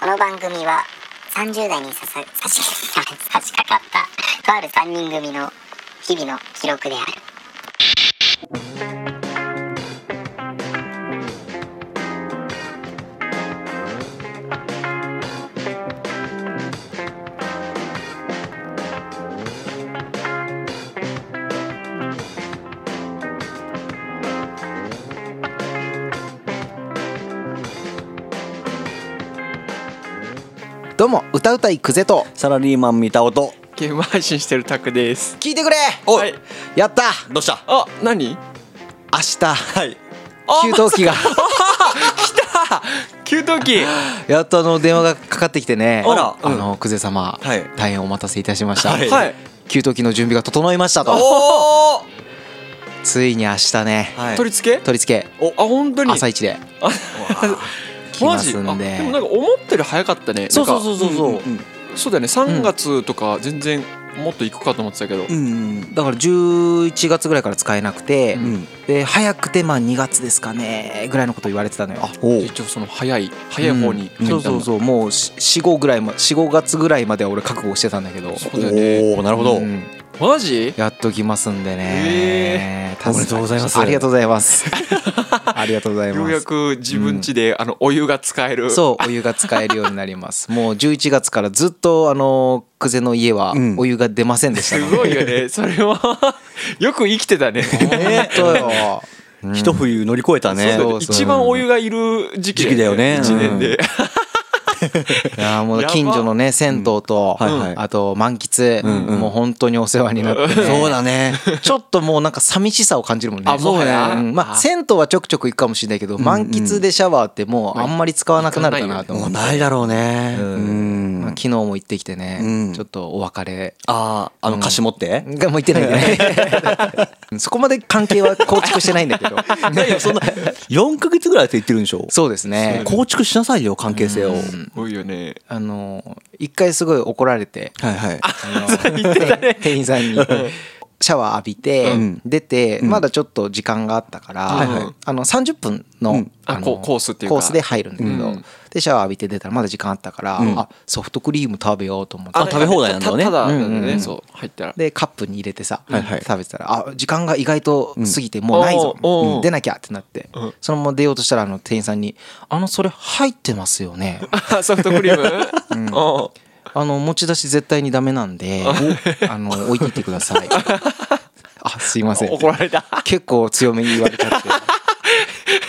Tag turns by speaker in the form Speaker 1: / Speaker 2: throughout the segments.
Speaker 1: この番組は30代にささ差し差し掛かったとある3人組の日々の記録である
Speaker 2: どうも歌うたいクゼと
Speaker 3: サラリーマン見た音
Speaker 4: ゲーム配信してるタクです
Speaker 2: 聞いてくれ
Speaker 3: おい、
Speaker 4: はい
Speaker 2: やった
Speaker 3: どうした
Speaker 4: あ何
Speaker 2: 明日
Speaker 3: はい
Speaker 2: 給湯器が
Speaker 4: 給湯器
Speaker 2: やっとあの電話がかかってきてね
Speaker 3: あら
Speaker 2: あのクゼ様、
Speaker 3: はい
Speaker 2: 大変お待たせいたしました、
Speaker 3: はい
Speaker 4: はい
Speaker 2: 給湯器の準備が整いましたと
Speaker 4: おお
Speaker 2: ついに明日ね、
Speaker 3: はい
Speaker 4: 取り付け
Speaker 2: 取り付け
Speaker 4: おあ本当に
Speaker 2: 朝一で 来
Speaker 4: マ
Speaker 2: ま
Speaker 4: ジ
Speaker 2: すん
Speaker 4: あ
Speaker 2: で
Speaker 4: でもなんか思ったより早かったね
Speaker 3: そうそうそうそうそう
Speaker 4: なんかんんそうだよね3月とか全然もっと行くかと思ってたけど
Speaker 3: うんうん
Speaker 2: だから11月ぐらいから使えなくて、
Speaker 3: うん
Speaker 2: で早くてまあ2月ですかねぐらいのこと言われてたのよ
Speaker 4: あ
Speaker 3: おう
Speaker 4: 一応その早い早い方に
Speaker 2: うんそうそう
Speaker 4: う
Speaker 2: そうもう45ぐらいま45月ぐらいまでは俺覚悟してたんだけど
Speaker 4: そうだよね
Speaker 3: おおなるほ
Speaker 2: う
Speaker 3: ど
Speaker 2: ん
Speaker 4: マジ
Speaker 2: やっときますんでね。
Speaker 3: えおめでとうございます
Speaker 2: ありがとうござい ます。ありがとうございます。
Speaker 4: ようやく自分家であのお湯が使える
Speaker 2: そうお湯が使えるようになります。もう11月からずっとあのクゼの家は
Speaker 3: うん
Speaker 2: お湯が出ませんでした
Speaker 4: す
Speaker 2: ので。
Speaker 4: ごいよねそれは よく生きてたね
Speaker 2: 本当よ。
Speaker 3: 一冬乗り越えたね
Speaker 2: そうそう
Speaker 4: 一番お湯がいる時期
Speaker 3: 時
Speaker 4: 1
Speaker 3: 期だよね
Speaker 4: 年で
Speaker 2: いやもう
Speaker 4: やば
Speaker 2: 近所のね銭湯と
Speaker 3: はいはい
Speaker 2: あと満喫
Speaker 3: んうん
Speaker 2: もう本当にお世話になってね。
Speaker 3: そうだね
Speaker 2: ちょっともうなんか寂しさを感じるもんね。
Speaker 4: あそうね
Speaker 2: んまあ銭湯はちょくちょく行くかもしれないけど、満喫でシャワーってもうあんまり使わなくなるかなと思
Speaker 3: も
Speaker 2: っ
Speaker 3: う
Speaker 2: て。
Speaker 3: ないだろうねう
Speaker 2: うんまあ
Speaker 3: ん
Speaker 2: 昨日も行ってきてね、
Speaker 3: うん
Speaker 2: ちょっとお別れ
Speaker 3: あああの歌詞持って
Speaker 2: がもう行ってないんで ねそこまで関係は構築して ないんだけど
Speaker 3: いやそんな4ヶ月ぐらいって言ってるんでしょ
Speaker 2: そうですね
Speaker 3: 構築しなさいよ関係性をはい
Speaker 4: 多いよね
Speaker 2: あの一回すごい怒られて
Speaker 3: はい
Speaker 2: あの 店員さんにシャワー浴びて、
Speaker 3: ん
Speaker 2: 出て、まだちょっと時間があったから、
Speaker 4: はいはい
Speaker 2: あの30分の,、
Speaker 3: うん
Speaker 4: あ
Speaker 2: の
Speaker 4: こうコースっていうか
Speaker 2: コースで入るんだけど、
Speaker 4: うん
Speaker 2: でシャワー浴びて出たらまだ時間あったから、
Speaker 3: うん
Speaker 2: あソフトクリーム食べようと思って
Speaker 3: あ食べ放題なんだよね
Speaker 4: たただなんだ
Speaker 2: うんうんう
Speaker 4: ね
Speaker 2: ん
Speaker 4: そう入ったら
Speaker 2: でカップに入れてさ、
Speaker 3: はいはい
Speaker 2: 食べてたらあ時間が意外と過ぎてもうないぞ、
Speaker 4: おうおう
Speaker 2: うん出なきゃってなって、
Speaker 4: うん
Speaker 2: そのまま出ようとしたらあの店員さんに「あのそれ入ってますよね
Speaker 4: あ ソフトクリームおう
Speaker 2: あの持ち出し絶対にダメなんであの置いていってください」あすいません
Speaker 4: 怒られた
Speaker 2: 結構強めに言われちゃって。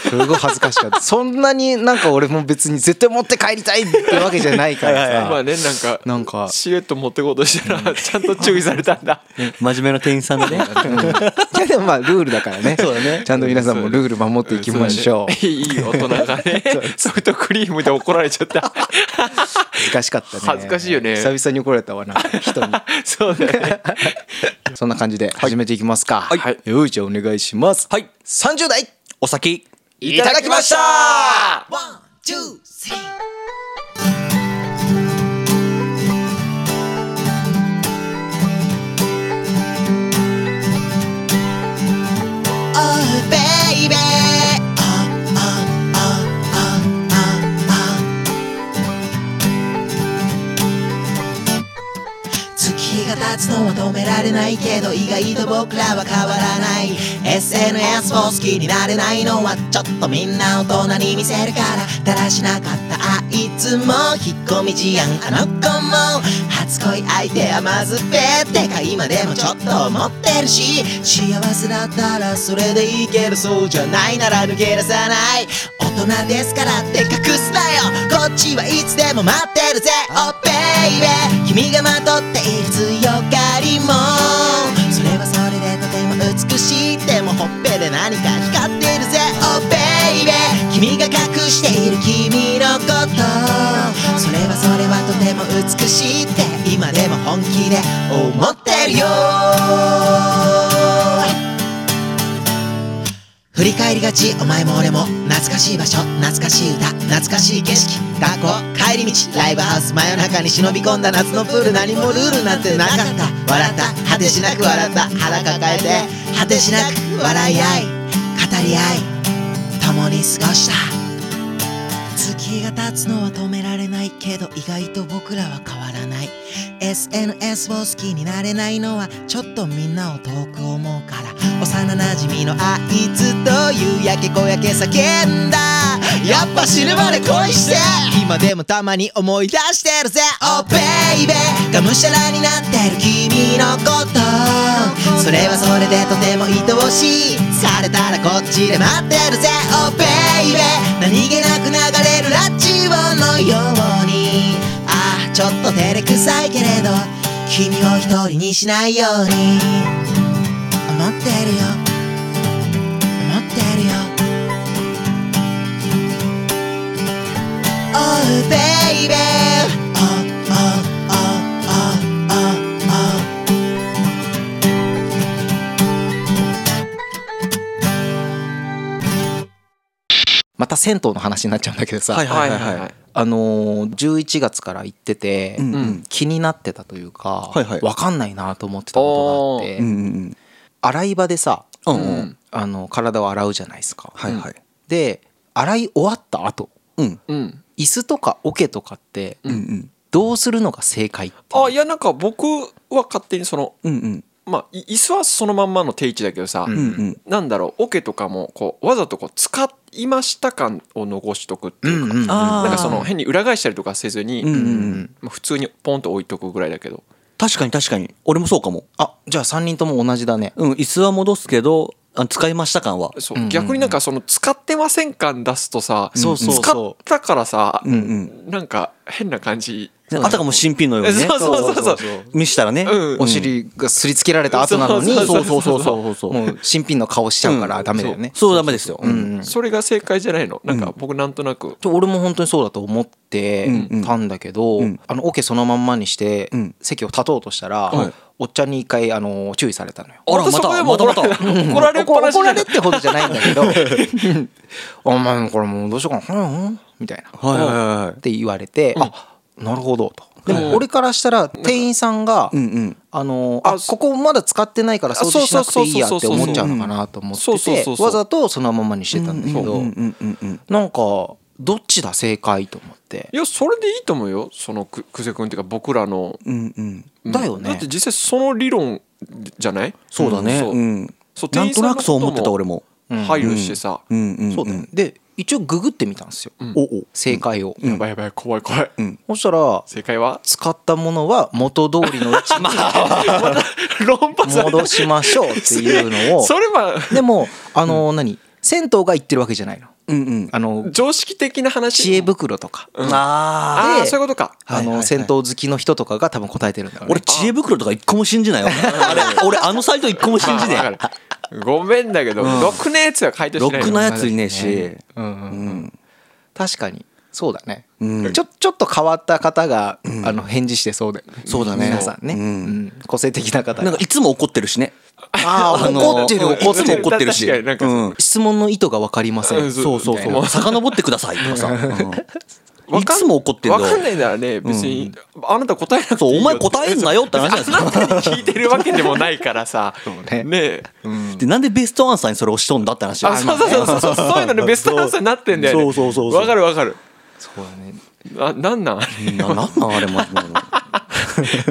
Speaker 2: すごい恥ずかしかったそんなになんか俺も別に絶対持って帰りたいってわけじゃないからさ
Speaker 4: まあねなんか
Speaker 2: なんか
Speaker 4: シルエット持ってこうとしたらちゃんと注意されたんだ
Speaker 3: 真面目な店員さんでね
Speaker 2: いやでもまあルールだからね
Speaker 3: そうだね
Speaker 2: ちゃんと皆さんもルール守っていきましょう
Speaker 4: いいいい大人がねソフトクリームで怒られちゃった
Speaker 2: 恥ずかしかったね
Speaker 4: 恥ずかしいよね
Speaker 2: 久々に怒られたわな人に
Speaker 4: そうだよね
Speaker 2: そんな感じで始めていきますかはいよいじゃあお願いします
Speaker 3: はい
Speaker 2: 30代
Speaker 3: お先
Speaker 2: いただきました
Speaker 5: 月が経つのは止められないけど意外と僕らは変わらない SNS を好きになれないのはちょっとみんな大人に見せるからだらしなかったあいつも引っ込み思案あの子も初恋相手はまずべってか今でもちょっと思ってるし幸せだったらそれでいいけどそうじゃないなら抜け出さない大人ですからって隠すなよこっちはいつでも待ってるぜ Oh baby 君がまとっている強がりもそれはそれでとても美しいでもほっぺで何か光ってるぜ Oh baby 君が隠している君のことそれはそれはとても美しいって今でも本気で思ってるよ振り返りがちお前も俺も懐かしい場所懐かしい歌懐かしい景色学校帰り道ライブハウス真夜中に忍び込んだ夏のプール何もルールなんてなかった笑った果てしなく笑った腹抱えて果てしなく笑い合い語り合い共に過ごした月時が経つのは止められないけど意外と僕らは変わらない SNS を好きになれないのはちょっとみんなを遠く思うから幼なじみのあいつと夕焼け小焼け叫んだやっぱ死ぬまで恋して今でもたまに思い出してるぜ Oh baby がむしゃらになってる君のことそれはそれでとても愛おしいされたらこっちで待ってるぜ Oh baby 何気なく流れるラジオのようにああちょっと照れくさいけれど君を一人にしないように思ってるよ思ってるよ Oh baby Oh oh oh oh oh oh
Speaker 2: また銭湯の話になっちゃうんだけどさ、
Speaker 3: はい
Speaker 4: はいはいはい
Speaker 2: あのー、11月から行ってて、
Speaker 3: うんうん
Speaker 2: 気になってたというか、
Speaker 3: はいはい
Speaker 2: わかんないなと思ってたことがあって、
Speaker 3: うんうん
Speaker 2: 洗い場でさ、
Speaker 3: うんうんうん
Speaker 2: あの体を洗うじゃないですか。
Speaker 3: はいはい
Speaker 2: で洗い終わった後
Speaker 3: うん
Speaker 4: うん
Speaker 2: 椅子とか桶とかって
Speaker 3: うんうん
Speaker 2: どうするのが正解っていう
Speaker 4: あいやなんか僕は勝手にその
Speaker 3: うんうん
Speaker 4: まあい椅子はそのまんまの定位置だけどさ、
Speaker 2: うん
Speaker 3: うんうん
Speaker 4: なんだろうオケとかもこうわざとこう使いました感を残しとくっていうか、
Speaker 2: うんうんうん
Speaker 3: あー
Speaker 4: なんかその変に裏返したりとかせずに、
Speaker 3: うんうん
Speaker 4: まあ普通にポンと置いとくぐらいだけど
Speaker 3: 確かに確かに俺もそうかも
Speaker 2: あじゃあ3人とも同じだね。
Speaker 3: うん椅子は戻すけどあ使いました感は
Speaker 4: そう、
Speaker 2: うんうんうん
Speaker 4: 逆になんかその使ってません感出すとさ、
Speaker 2: そうそうそう
Speaker 4: 使ったからさ、
Speaker 3: うんうん
Speaker 4: なんか変な感じ
Speaker 3: あたかも新品のようにね
Speaker 4: そうそうそうそう
Speaker 3: 見したらね
Speaker 4: うん
Speaker 2: お尻がすりつけられた後なのに
Speaker 4: そう
Speaker 3: そうそうそうそうそう
Speaker 2: もう新品の顔しちゃうからダメだよね。
Speaker 3: そうダメですよ
Speaker 2: うんうん
Speaker 4: それが正解じゃないのなんか僕なんとなく、
Speaker 2: ちょ俺も本当にそうだと思って
Speaker 3: うんうん
Speaker 2: たんだけど、
Speaker 3: うん
Speaker 2: あのオケそのまんまにして
Speaker 3: うん
Speaker 2: 席を立とうとしたら、
Speaker 3: はい
Speaker 2: おっちゃんに一回あの注意されたのよ。
Speaker 3: あらまた
Speaker 4: そこでも
Speaker 3: また
Speaker 4: 怒
Speaker 3: ま
Speaker 4: ら
Speaker 3: た
Speaker 4: れ怒られ っぱなし
Speaker 2: 怒ら
Speaker 4: だ
Speaker 2: れ
Speaker 4: よ
Speaker 2: ってほどじゃないんだけどうん「お前これもうどうしようかなうん」みたいな、
Speaker 3: はいはいはいはい
Speaker 2: って言われて「あなるほど」と。でも俺からしたら店員さんが
Speaker 3: うんうん
Speaker 2: あのあ
Speaker 4: あ
Speaker 2: ここまだ使ってないから掃除しなくていいやって思っちゃうのかなと思
Speaker 4: そう
Speaker 2: っ
Speaker 4: そう
Speaker 2: て
Speaker 4: そう
Speaker 2: て
Speaker 4: そう
Speaker 2: わざとそのままにしてたんだけ
Speaker 3: う
Speaker 2: ど
Speaker 3: んうんうんうん
Speaker 2: なんかどっちだ正解と思って
Speaker 4: いやそれでいいと思うよそのく久世君っていうか僕らの、
Speaker 3: うんうん
Speaker 2: だよ
Speaker 4: だっ
Speaker 2: ね
Speaker 4: て実際その理論じゃない
Speaker 3: そうだね
Speaker 4: そう
Speaker 3: うん
Speaker 4: そう
Speaker 3: なんとなくそう思ってた俺
Speaker 4: も
Speaker 3: も
Speaker 4: 配慮してさ、
Speaker 3: うんうんん
Speaker 2: そうだよねで一応ググってみたんですよ
Speaker 4: ん
Speaker 2: おお正解を
Speaker 4: やばいやばい怖い怖い、
Speaker 2: そしたら
Speaker 4: 正解は
Speaker 2: 使ったものは元通りのうちに
Speaker 4: 論破され
Speaker 2: 戻しましょうっていうのを
Speaker 4: それは
Speaker 2: でもあの何銭湯が言ってるわけじゃないの
Speaker 3: うんうん
Speaker 2: あの
Speaker 4: 常識的な話
Speaker 2: 知恵袋とか
Speaker 3: あ
Speaker 4: ああ
Speaker 2: で
Speaker 4: そういうことか
Speaker 2: あ
Speaker 3: はいはいは
Speaker 2: の
Speaker 3: い
Speaker 2: 銭湯好きの人とかが多分答えてるんだろうね
Speaker 3: 俺知恵袋とか一個も信じないよあれ 俺あのサイト一個も信じ
Speaker 4: あ
Speaker 3: な
Speaker 4: わ
Speaker 3: い
Speaker 4: かるごめんだけど、ろくなやつは回答
Speaker 3: ロ
Speaker 4: しない
Speaker 3: ック
Speaker 4: の
Speaker 3: なやついねえし
Speaker 2: うんうんうん確かにそうだね、
Speaker 3: うん
Speaker 2: ちょちょっと変わった方が、あの返事してそうだよね
Speaker 3: そうだね
Speaker 2: 皆さんね、
Speaker 3: うん
Speaker 2: うん個性的な方
Speaker 3: なん
Speaker 2: が
Speaker 3: かいつも怒ってるしね
Speaker 2: あー
Speaker 3: あ
Speaker 2: 怒
Speaker 3: の
Speaker 2: ってる
Speaker 3: うん
Speaker 2: 怒っ
Speaker 3: い
Speaker 2: て
Speaker 3: つ
Speaker 2: る
Speaker 3: も怒ってるし
Speaker 4: 確かになんか
Speaker 3: うん
Speaker 2: 質問の意図が分かりません、
Speaker 4: うん
Speaker 3: そうそう
Speaker 4: みた
Speaker 3: そ
Speaker 4: いうな
Speaker 3: 遡ってくださいとかさうん
Speaker 4: わ
Speaker 3: い
Speaker 4: かん
Speaker 3: つも怒ってん
Speaker 4: わ
Speaker 3: の
Speaker 4: かんないならね別に、あなた答えなくていい
Speaker 3: そう
Speaker 4: よ
Speaker 3: お前答えんなよって話なんですよ
Speaker 4: あなたに聞いてるわけでもないからさ
Speaker 2: ね
Speaker 4: え
Speaker 3: でなんでベストアンサーにそれをしとんだって話
Speaker 4: あそうそうそう そうそうそういうのでベストアンサーになってんだよね
Speaker 3: そうそうそうそう
Speaker 4: わかるわかる
Speaker 2: そうだね
Speaker 4: あなんなん あれ
Speaker 3: ななんなんあれマジ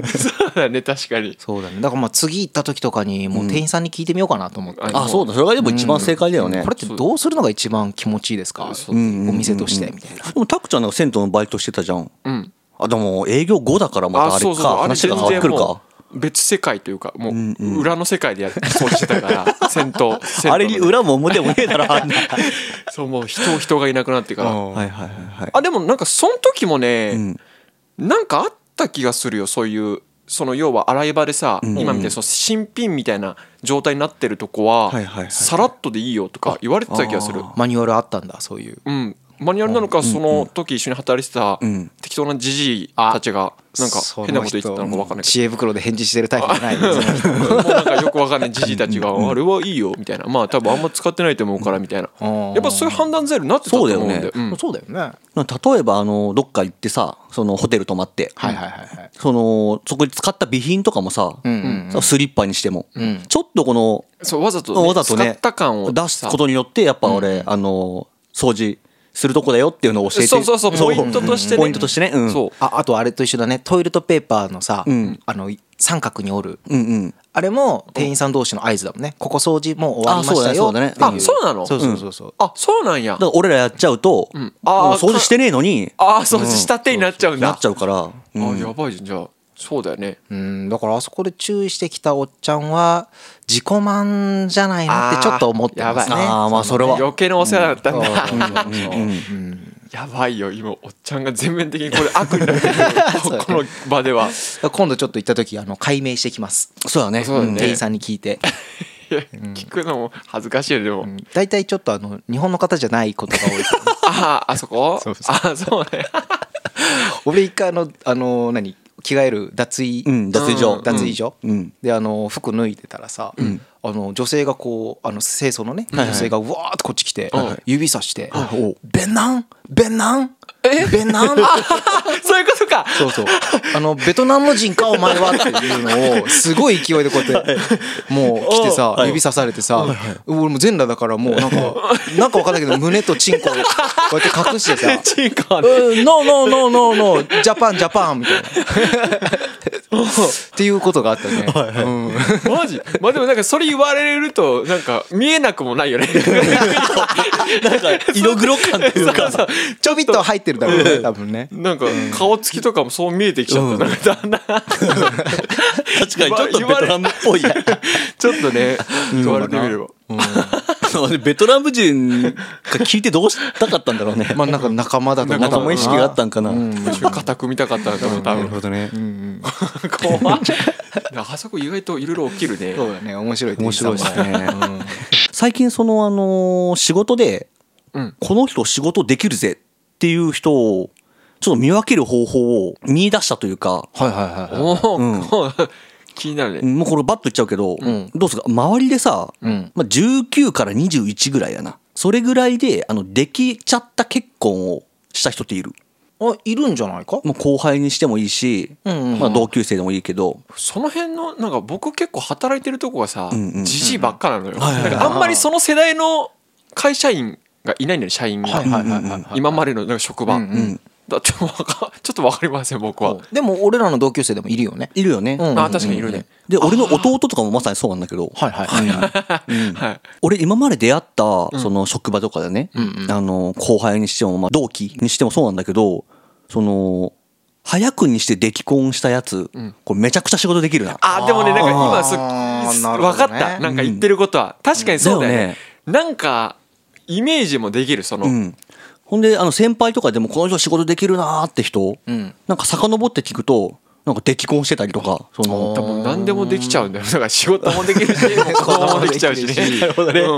Speaker 3: で
Speaker 4: そうだね確かに
Speaker 2: そうだねだからまあ次行った時とかにもう店員さんに聞いてみようかなと思って、
Speaker 4: あ
Speaker 3: あそうだそれがでも一番正解だよね
Speaker 2: これってどうするのが一番気持ちいいですかお店としてみたいな
Speaker 3: でもタクちゃんなんか銭湯のバイトしてたじゃん
Speaker 4: うん
Speaker 3: あでも営業後だからまたあ
Speaker 4: そ
Speaker 3: れ
Speaker 4: うそうそう
Speaker 3: か
Speaker 4: あれ
Speaker 3: 話
Speaker 4: 全
Speaker 3: が変わって
Speaker 4: 然
Speaker 3: くるか
Speaker 4: もう別世界というかもう裏の世界でやってそうしてた から戦闘戦闘
Speaker 3: あれに裏も表もねえだろあんな
Speaker 4: そうもう人人がいなくなってから
Speaker 3: はいはいはいはい
Speaker 4: あでもなんかその時もね
Speaker 3: ん、
Speaker 4: なんかあった気がするよそういうその要は洗い場でさ、今みたいにその新品みたいな状態になってるとこは,、
Speaker 3: はいはいはい
Speaker 4: さらっとでいいよとか言われてた気がする
Speaker 2: マニュアルあったんだそういう
Speaker 4: うんマニュアルなのかその時一緒に働いてた
Speaker 3: ん
Speaker 4: 適当なじじいたちがなんか
Speaker 2: その人
Speaker 4: 変なこと言ってたのか分かんないけ
Speaker 2: 知恵袋で返事してるタイプじゃない ですね
Speaker 4: どもうなんかよく分かんないじじいたちが「あれはいいよ」みたいなまあ多分あんま使ってないと思うからみたいな
Speaker 2: あー
Speaker 4: やっぱそういう判断材料になってたと思うんだ
Speaker 3: そうだ
Speaker 4: よ
Speaker 3: よね
Speaker 4: う ん
Speaker 2: そうだよねは
Speaker 3: なんか 例えばあのどっか行ってさそのホテル泊まって、
Speaker 2: いはいはいはい
Speaker 3: そのそこで使った備品とかもさ、
Speaker 2: んうん
Speaker 3: さスリッパにしても、
Speaker 2: ん
Speaker 3: ちょっとこの
Speaker 4: そうわざとね
Speaker 3: わざ
Speaker 4: 使
Speaker 3: とね
Speaker 4: った感を
Speaker 3: 出すことによってやっぱ俺、あの掃除するとこだよっていうのを教えて
Speaker 4: そうそうそうポイントとしてね
Speaker 3: ポイントとしてねうん
Speaker 4: そう
Speaker 2: ああとあれと一緒だねトイレットペーパーのさ、
Speaker 3: うん
Speaker 2: あの三角に折る、
Speaker 3: うんうん
Speaker 2: あれも店員さん同士の合図だもんねここ掃除もう終わりました
Speaker 3: あそ
Speaker 2: よ
Speaker 3: うだね
Speaker 2: ってい
Speaker 3: あ
Speaker 4: そうなの
Speaker 2: そうそうそうそう、
Speaker 4: あそうなんや
Speaker 3: だから俺らやっちゃうと、
Speaker 4: んあー
Speaker 3: あ掃除してねえのに
Speaker 4: ああそう下手になっちゃうんだ
Speaker 3: なっちゃうから、うん
Speaker 4: あやばいじゃんじゃあそうだよね
Speaker 2: うんだからあそこで注意してきたおっちゃんは自己満じゃないなってちょっと思ってますね
Speaker 4: あーやばい
Speaker 3: ああまあそれは
Speaker 4: 余計なお世話だったんだ
Speaker 2: そうそうそう
Speaker 3: うん
Speaker 4: やばいよ今おっちゃんが全面的にこれ悪になってるここの場では
Speaker 2: 今度ちょっと行った時あの解明してきます、
Speaker 3: そうだね
Speaker 4: そうだね
Speaker 2: 店員さんに聞いて
Speaker 4: いや聞くのも恥ずかしいよでも
Speaker 2: 大体、ちょっとあの日本の方じゃないことが多い ですね
Speaker 4: あああそこ
Speaker 2: そうそ
Speaker 4: あそうね
Speaker 2: 俺一回あのあの何着替える脱衣、
Speaker 3: うん脱衣所
Speaker 2: 脱衣所、
Speaker 3: うんうん
Speaker 2: であの服脱いでたらさ、あの女性がこうあの清掃のね、女性がうわーってこっち来て、
Speaker 4: はいはい
Speaker 2: 指さして
Speaker 3: いはいおう
Speaker 2: 「ベナンベナンベナン」
Speaker 4: そういうことか
Speaker 2: そうそうあのベトナム人かお前はっていうのをすごい勢いでこうやってもう来てさ指さされてさ俺もう全裸だからもうなんかなんかわかんないけど胸とチンコをこうやって隠してさ
Speaker 4: チンコはね
Speaker 2: うん、ノーノーノーノーノー、ジャパンジャパンみたいな。っていうことがあったね。うん
Speaker 4: マジまあでもなんかそれ言われるとなんか見えなくもないよね
Speaker 3: なんか色黒感というか
Speaker 4: そう
Speaker 2: ちょびっと入ってるだろうね、多分ね。
Speaker 4: なんか顔つきとかもそう見えてきちゃったなんかだんだん
Speaker 3: 確かにちょっとベトナムっぽい
Speaker 4: ちょっとね言われてみれば
Speaker 3: ベトナム人が聞いてどうしたかったんだろうね
Speaker 2: まあなんか仲間だと思う
Speaker 3: 仲間意識があったんかな、
Speaker 4: 肩組みたかったんだろう多分
Speaker 3: ほどね、
Speaker 4: 怖いあそこ意外といろいろ起きるね
Speaker 2: そうだね、面白い
Speaker 3: 面白いです
Speaker 2: 店員さんも
Speaker 3: ね、最近そのあのー仕事で、
Speaker 4: うん
Speaker 3: この人仕事できるぜっていう人をちょっと見分ける方法を見出したというか
Speaker 2: はいはいはいはい。
Speaker 4: おお、
Speaker 3: うん
Speaker 4: 気になるね
Speaker 3: もうこれバッと言っちゃうけど、
Speaker 2: ん
Speaker 3: どうですか周りでさ、
Speaker 2: うん
Speaker 3: まあ、19から21ぐらいやなそれぐらいであのできちゃった結婚をした人っている、
Speaker 2: あ、いるんじゃないか
Speaker 3: まあ、後輩にしてもいいし、
Speaker 2: うんうんうん
Speaker 3: まあ、同級生でもいいけど、
Speaker 4: その辺のなんか僕結構働いてるとこがさ
Speaker 3: んうん
Speaker 4: じじいばっかなのよ
Speaker 3: はいは
Speaker 4: な
Speaker 3: いは
Speaker 4: ん
Speaker 3: い
Speaker 4: かあんまりその世代の会社員がいないのよ社員が
Speaker 2: はいはいはいはいはい
Speaker 4: 今までのなんか職場
Speaker 2: うんうん
Speaker 4: だちょっとわか ちょっとわかりません僕は
Speaker 2: でも俺らの同級生でもいるよね。
Speaker 3: いるよね、
Speaker 2: うん
Speaker 4: あ確かにいるね
Speaker 3: で俺の弟とかもまさにそうなんだけど、
Speaker 2: はいはいはいはい。
Speaker 4: はい
Speaker 3: 俺今まで出会ったその職場とかでね、あの後輩にしてもまあ同期にしてもそうなんだけどその早くにして出来婚したやつ、これめちゃくちゃ仕事できるな
Speaker 4: あでもねなんか今そ
Speaker 2: あーなるほどね
Speaker 4: 分かったなんか言ってることは確かにそうだよ
Speaker 3: だよ
Speaker 4: ね
Speaker 3: ね
Speaker 4: なんかイメージもできるその
Speaker 3: うんほんであの先輩とかでもこの人仕事できるなーって人、なんか遡って聞くとなんか出来婚してたりとかその
Speaker 4: 多分何でもできちゃうんだよだから仕事もできるし子供もできちゃうしねなるほどね、うん、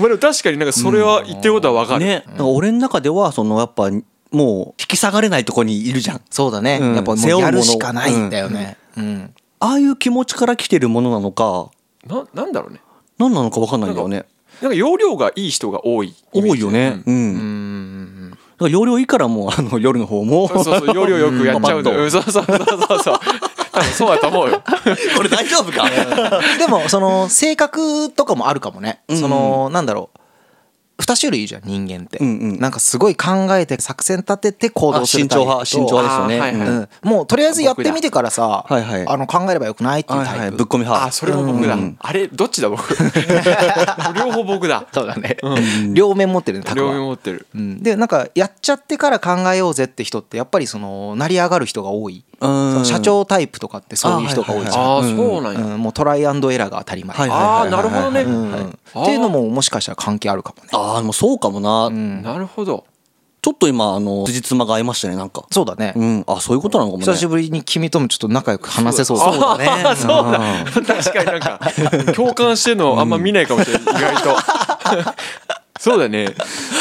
Speaker 4: まあでも確かになんかそれは言ってることは分かる、
Speaker 3: ねなんか俺の中ではそのやっぱもう引き下がれないとこにいるじゃん
Speaker 2: そうだね。
Speaker 3: うん
Speaker 2: やっぱもうやるしかないんだよね。うん。
Speaker 3: ああいう気持ちから来てるものなのか
Speaker 4: ななんだろうね
Speaker 3: 何なのか分かんないんだよね
Speaker 4: なんか容量がいい人が多いイメージ
Speaker 3: 多いよねうん、だから容量いいからもうあの夜の方も
Speaker 4: そうそうそう容量よくやっちゃうの
Speaker 3: うん
Speaker 4: ようんそうそうそうそうそう多分そうだと思うよ
Speaker 3: これ大丈夫か
Speaker 2: でもその性格とかもあるかもね、
Speaker 3: うん
Speaker 2: そのなんだろう2種類いるじゃん人間って、
Speaker 3: うんうん
Speaker 2: なんかすごい考えて作戦立てて行動する
Speaker 3: 慎
Speaker 2: タイ
Speaker 3: 重
Speaker 2: プ
Speaker 3: 派
Speaker 2: と
Speaker 3: 慎重派ですよ
Speaker 4: あ
Speaker 3: ね
Speaker 4: ーはいはい
Speaker 3: うん
Speaker 2: うん、もうとりあえずやってみてからさ、
Speaker 3: 僕だはいはい
Speaker 2: あの考えればよくないっていう
Speaker 3: はい
Speaker 2: タイプ、
Speaker 3: はいぶっ込み派
Speaker 4: あそれも僕だ、
Speaker 3: うん
Speaker 4: あれどっちだ僕両方僕だ
Speaker 2: そうだね、両面持ってるねタコ
Speaker 4: 両面
Speaker 2: は、
Speaker 4: 持ってる
Speaker 2: うん、でなんかやっちゃってから考えようぜって人ってやっぱりその成り上がる人が多い、
Speaker 3: うん
Speaker 2: その社長タイプとかってそういう人が多いじゃん、
Speaker 4: ああそうなんや、
Speaker 2: うん、もうトライアンドエラーが当たり前、
Speaker 3: はいはい
Speaker 4: ああなるほどね、
Speaker 2: うん、っていうのももしかしたら関係あるかもね
Speaker 3: ああもうそうかもな、
Speaker 4: なるほど
Speaker 3: ちょっと今あの辻褄が合いましたねなんか
Speaker 2: そうだね、
Speaker 3: うんあそういうことなのかもね
Speaker 2: 久しぶりに君ともちょっと仲良く話せそうだ
Speaker 4: あー
Speaker 2: ね
Speaker 4: そうだ。確かになんか、 共感してるのあんま見ないかもしれない、意外と。そうだね。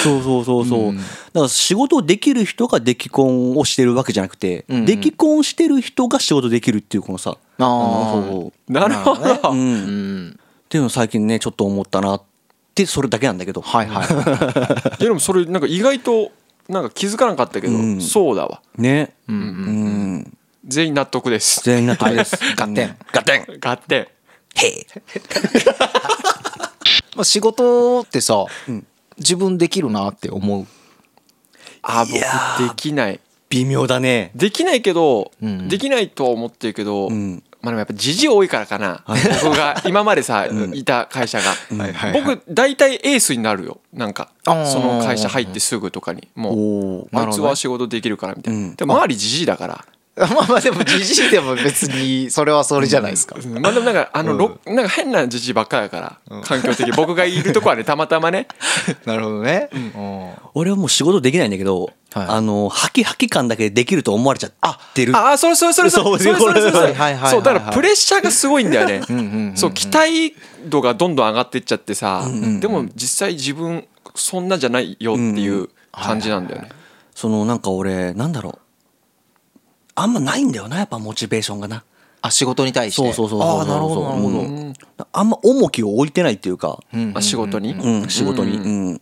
Speaker 3: そうそうそうそう、だから仕事をできる人が出来婚をしてるわけじゃなくて、
Speaker 2: んうん
Speaker 3: 出来婚してる人が仕事できるっていうこのさ
Speaker 2: あー
Speaker 3: のそう
Speaker 4: なるほ
Speaker 2: なる
Speaker 4: ど。
Speaker 3: うん
Speaker 2: うん
Speaker 3: っていうのを最近ねちょっと思ったなってそれだけなんだけど
Speaker 2: はい はい
Speaker 4: でもそれなんか意外となんか気づかなかったけど、
Speaker 3: うん
Speaker 4: そうだわ。
Speaker 3: ねうん
Speaker 4: 全員納得です。
Speaker 3: 全員納得です
Speaker 2: 合点
Speaker 3: ガテン
Speaker 4: 合点。
Speaker 3: へい
Speaker 2: まあ仕事ってさ、自分できるなって思う
Speaker 4: あ
Speaker 3: いやー
Speaker 4: 僕できない
Speaker 3: 微妙だね
Speaker 4: できないけど、
Speaker 2: ん
Speaker 4: できないとは思ってるけど、
Speaker 3: ん
Speaker 4: まあでもやっぱじじ多いからかな、僕が今までさ、いた会社が、
Speaker 2: はいはいはい
Speaker 4: 僕大体エースになるよなんかそ
Speaker 2: あー
Speaker 4: の会社入ってすぐとかにもう
Speaker 3: おー
Speaker 4: あ
Speaker 2: ないるほ
Speaker 4: つ
Speaker 2: どね
Speaker 4: は仕事できるからみたいな、
Speaker 3: うん
Speaker 4: でも周りじじいだから。
Speaker 2: まあまあでもじじいでも別にそれはそれじゃないですか。
Speaker 4: まあでもなんかあの、ろなんか変なじじいばっかやから環境的に僕がいるとこはねたまたまね
Speaker 2: なるほどね。うん
Speaker 3: 俺はもう仕事できないんだけど、
Speaker 2: はい
Speaker 3: あのハキハキ感だけでできると思われちゃってる
Speaker 4: ああそれそれそれそれそれそれそれそ
Speaker 2: は
Speaker 4: れ
Speaker 2: いはいはいはい
Speaker 4: そうだからプレッシャーがすごいんだよね
Speaker 2: んうんうん
Speaker 4: そう期待度がどんどん上がってっちゃってさでも実際自分そんなじゃないよっていう感じなんだよね
Speaker 3: そのなんか俺なんだろうあんまないんだよなやっぱモチベーションがな
Speaker 2: あ仕事に対して。
Speaker 3: そうそうそうそう
Speaker 2: ああなるほどなるほど。
Speaker 3: うんあんま重きを置いてないっていうか、
Speaker 2: うん
Speaker 4: あ仕事に
Speaker 3: うん、仕事に、
Speaker 4: う
Speaker 3: うんん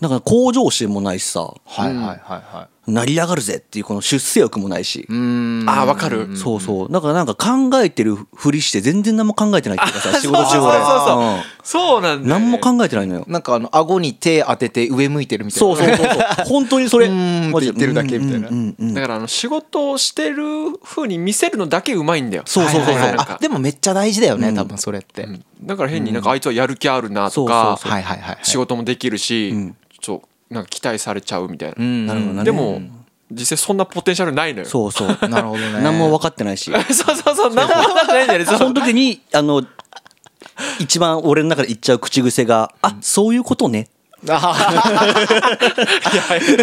Speaker 3: だから向上心もないしさ
Speaker 2: はいはいはいは
Speaker 3: 成り上がるぜっていうこの出世欲もないし、
Speaker 2: い。うん
Speaker 4: ああわかる
Speaker 3: そうそうだからなんか考えてるふりして全然何も考えてないっていうかさ仕事中俺
Speaker 4: そうそうそう
Speaker 3: うん
Speaker 4: そうなんだよね
Speaker 3: 何も考えてないのよ
Speaker 2: なんかあの顎に手当てて上向いてるみたいな。
Speaker 3: そうそう そうそう本当にそれ
Speaker 2: うーんって言ってるだけみたいな
Speaker 3: うんうんうん
Speaker 4: だからあの仕事をしてる風に見せるのだけうまいんだよ
Speaker 3: そうそうそうそう
Speaker 4: はいはいはいな
Speaker 2: あ
Speaker 4: んか
Speaker 2: でもめっちゃ大事だよね多分それって。はい
Speaker 4: だから変になんかあいつはやる気あるなとか
Speaker 3: そうそうそう
Speaker 2: はいはいはい。
Speaker 4: 仕事もできるしそうなんか期待されちゃうみたいな
Speaker 2: うん
Speaker 3: なるほどな
Speaker 4: でも実際そんなポテンシャルないのよそう
Speaker 3: そうそう
Speaker 2: なるほどね。
Speaker 3: 何も分かってない し
Speaker 4: そうそう何も考えてないんだよね そう
Speaker 3: その時にあの一番俺の中で言っちゃう口癖が「あそういうことね
Speaker 2: あー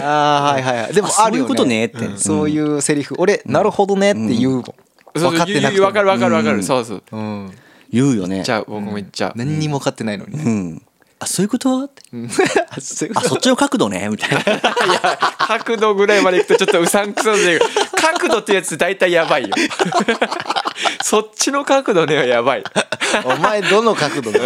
Speaker 2: はいはいはい。でも
Speaker 3: あ
Speaker 2: あるよね。
Speaker 3: そういうことねって
Speaker 2: うんそういうセリフ。俺なるほどねって言うもん。
Speaker 4: そう
Speaker 2: 分かってなくて
Speaker 4: 言う言う
Speaker 2: も。
Speaker 4: わかるわかるわかるそうそう
Speaker 2: うん。」
Speaker 3: 言うよね
Speaker 4: じゃあ僕も言っちゃう
Speaker 2: 何にも分かってないのに
Speaker 3: う
Speaker 2: ね。
Speaker 3: んあそういうことはって
Speaker 2: あそういう
Speaker 3: あそっちの角度ねみたいな
Speaker 4: 角度ぐらいまで行くとちょっとうさんくさで角度ってやつ大体やばいよ そっちの角度ねはやばい
Speaker 2: お前どの角度だ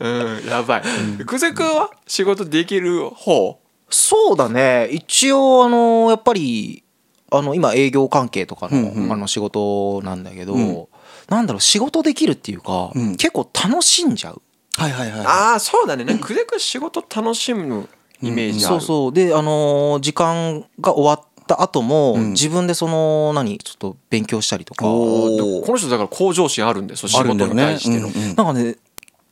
Speaker 4: うんやばい久世君は仕事できる方
Speaker 2: そうだね一応あのやっぱりあの今営業関係とかの,、あの仕事なんだけど、なんだろう仕事できるっていうか、
Speaker 3: ん
Speaker 2: 結構楽しんじゃう
Speaker 3: はいはいはい
Speaker 4: ああそうだねなんか久世君仕事楽しむイメージある
Speaker 2: そうそうであのー時間が終わった後も、自分でその何ちょっと勉強したりとか
Speaker 3: おー
Speaker 4: この人だから向上心あるんですよ仕
Speaker 3: あ
Speaker 4: 事
Speaker 3: るんだよ
Speaker 4: に対
Speaker 3: ね
Speaker 4: しての、
Speaker 3: うんうん
Speaker 2: なんかね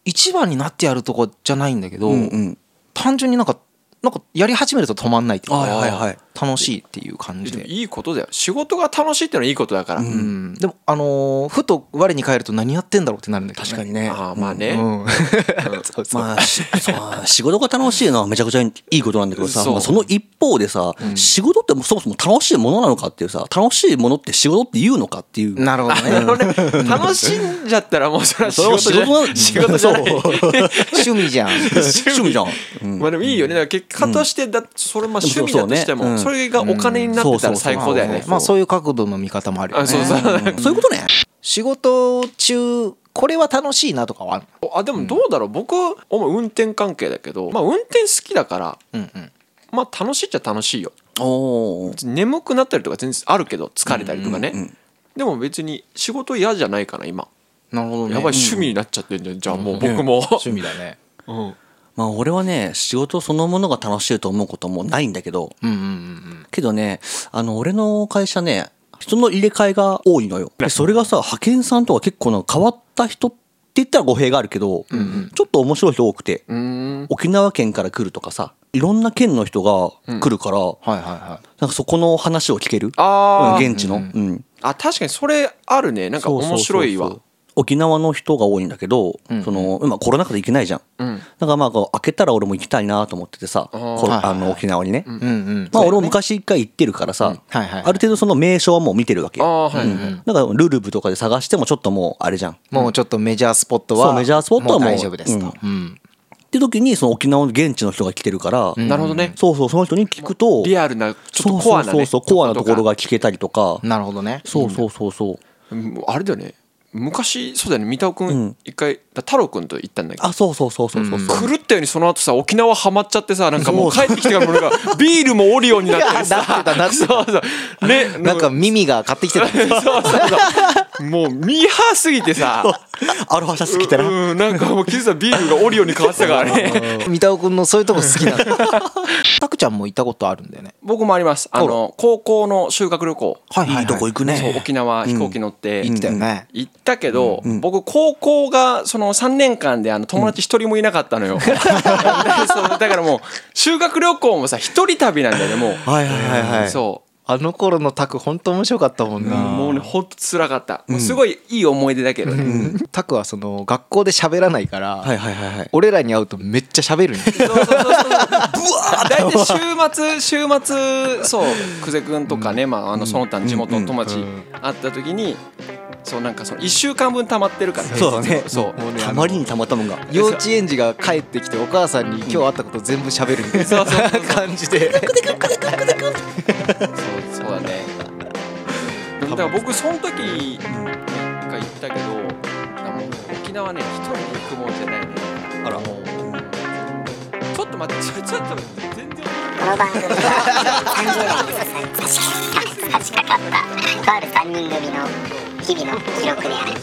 Speaker 2: 一番になってやるとかじゃないんだけど、
Speaker 3: うんうん
Speaker 2: 単純になんかなんかやり始めると止まんないっていうか、
Speaker 3: はいはいはい
Speaker 2: 楽しいっていう感じ
Speaker 4: でも
Speaker 2: で
Speaker 4: いいことだよ仕事が楽しいってのはいいことだから、
Speaker 2: うんでもあのーふと我に返ると何やってんだろうってなるんだけど、ね、
Speaker 3: 確かにね
Speaker 4: ああまあね、
Speaker 2: うん そうそう
Speaker 3: まあ、しそう仕事が楽しいのはめちゃくちゃいいことなんだけどさ、
Speaker 4: そう
Speaker 3: まあその一方でさ、仕事ってそもそも楽しいものなのかっていうさ楽しいものって仕事って言うのかっていう
Speaker 2: なるほどね
Speaker 4: あのね楽しんじゃったらもうそれは仕事じゃない仕事
Speaker 3: それは
Speaker 4: じ
Speaker 3: 仕
Speaker 4: ゃな
Speaker 3: 事なん
Speaker 4: い
Speaker 2: 趣味じゃん
Speaker 3: 趣味じゃん、うん
Speaker 4: まあでもいいよねだから結果としてだそれまあ趣味だとして
Speaker 3: で
Speaker 4: も
Speaker 3: も
Speaker 4: そ
Speaker 3: そう
Speaker 4: れがお金になってたら最高だよね
Speaker 2: まあそういう角度の見方もあるよ
Speaker 4: あ
Speaker 2: ね
Speaker 4: そうそう
Speaker 3: そういうことね
Speaker 2: 仕事中これは楽しいなとかはある
Speaker 4: あでもどうだろう僕主に運転関係だけどまあ運転好きだから
Speaker 2: うんうん
Speaker 4: まあ楽しいっちゃ楽しいよ
Speaker 3: おお
Speaker 4: 眠くなったりとか全然あるけど疲れたりとかねでも別に仕事嫌じゃないかな今
Speaker 2: なるほどね
Speaker 4: やばい趣味になっちゃってんじゃんじゃあもう僕も
Speaker 2: 趣味だね
Speaker 4: うん
Speaker 3: まあ俺はね仕事そのものが楽しいと思うこともないんだけど
Speaker 2: うんうんうん
Speaker 3: けどねあの俺の会社ね人の入れ替えが多いのよでそれがさ派遣さんとは結構なんか変わった人って言ったら語弊があるけど、ちょっと面白い人多くて、
Speaker 4: うーん
Speaker 3: 沖縄県から来るとかさいろんな県の人が来るから、
Speaker 2: はいはいは
Speaker 3: なんかそこの話を聞ける
Speaker 4: あ
Speaker 3: う
Speaker 4: ー
Speaker 3: ん現地の、うん
Speaker 4: あ確かにそれあるねなんか
Speaker 3: そうそうそう
Speaker 4: 面白い
Speaker 3: そ
Speaker 4: わ
Speaker 3: う沖縄の人が多いんだけど、その今コロナ禍で行けないじゃん、
Speaker 4: うん
Speaker 3: だからまあこう開けたら俺も行きたいなと思っててさ
Speaker 4: あー
Speaker 3: こ
Speaker 2: はいはい
Speaker 3: あの沖縄にね、
Speaker 2: いうんうん
Speaker 3: まあ俺も昔一回行ってるからさ、
Speaker 2: はいはい
Speaker 3: ある程度その名所はもう見てるわけ
Speaker 4: あ
Speaker 3: よ
Speaker 4: あはいはい
Speaker 3: うんだからルルブとかで探してもちょっともうあれじゃんっ
Speaker 2: もうちょっとメジャースポットは
Speaker 3: そうメジャースポットはもう
Speaker 2: 大丈夫ですとうん
Speaker 3: て時にその沖縄の現地の人が来てるから、
Speaker 4: なるほどね
Speaker 3: そうそうその人に聞くと
Speaker 4: リアルなちょっとコアな
Speaker 3: そ
Speaker 4: ね
Speaker 3: うそうそうそうコアなところが聞けたりとか
Speaker 2: なるほどね
Speaker 3: そうそうそうそ
Speaker 4: う
Speaker 3: う、
Speaker 4: んあれだよね昔そうだよね三田尾く
Speaker 3: うんん
Speaker 4: 一回だ太郎くんと行ったんだけど
Speaker 3: あそうそうそうそうそうそう、
Speaker 4: 狂ったようにその後さ沖縄ハマっちゃってさなんかもう帰ってきてからもうなんかビールもオリオンになってる
Speaker 2: いやな
Speaker 4: さ
Speaker 2: ってたなってた
Speaker 4: そうそうね
Speaker 2: なんか耳が買ってきてた
Speaker 4: そうそうそうもうミーハーすぎてさ
Speaker 3: アロハシャツ着たら
Speaker 4: うんなんかもうキズさんビールがオリオンに変わってたからね
Speaker 2: 三田尾君のそういうとこ好きなのタクちゃんも行ったことあるんだよね
Speaker 4: 僕もありますあの高校の修学旅行
Speaker 2: はい
Speaker 3: いいとこ行くね
Speaker 4: そう沖縄飛行機乗って
Speaker 2: 行ったよね
Speaker 4: 行ったけど、
Speaker 3: ん
Speaker 4: 僕高校がその3年間であの友達一人もいなかったの よ、そうだからもう修学旅行もさ一人旅なんだよねもう、
Speaker 3: はいはいはいはい
Speaker 4: そ
Speaker 2: あの頃のタク本当面白かったもん
Speaker 4: う、
Speaker 2: な
Speaker 4: もうねほんとつらかった、もうすごいいい思い出だけどね、
Speaker 2: タクはその学校で喋らないから、
Speaker 3: はいはいはいはい
Speaker 2: 俺らに会うとめっちゃ喋るんよ
Speaker 4: そうそうそうそうブワー大体週末週末そう久世君とかね、まあ、あのその他の地元の友達会った時に、そうなんかその1週間分溜まってるから
Speaker 3: そうだね
Speaker 4: そう
Speaker 2: もうね
Speaker 3: たまりにたまったもんが
Speaker 2: 幼稚園児が帰ってきてお母さんに今日会ったこと全部喋るみたい
Speaker 4: そうそうそ
Speaker 2: な
Speaker 4: う
Speaker 2: 感じで
Speaker 4: そうそうだねだから僕その時一回行ったけどあもう沖縄ね一人で行くもんじゃないね
Speaker 3: あら
Speaker 4: ちょっと待ってちょちょっと待って全然
Speaker 1: この番組は30代にささ差し掛かったとある3人組の日々の記録である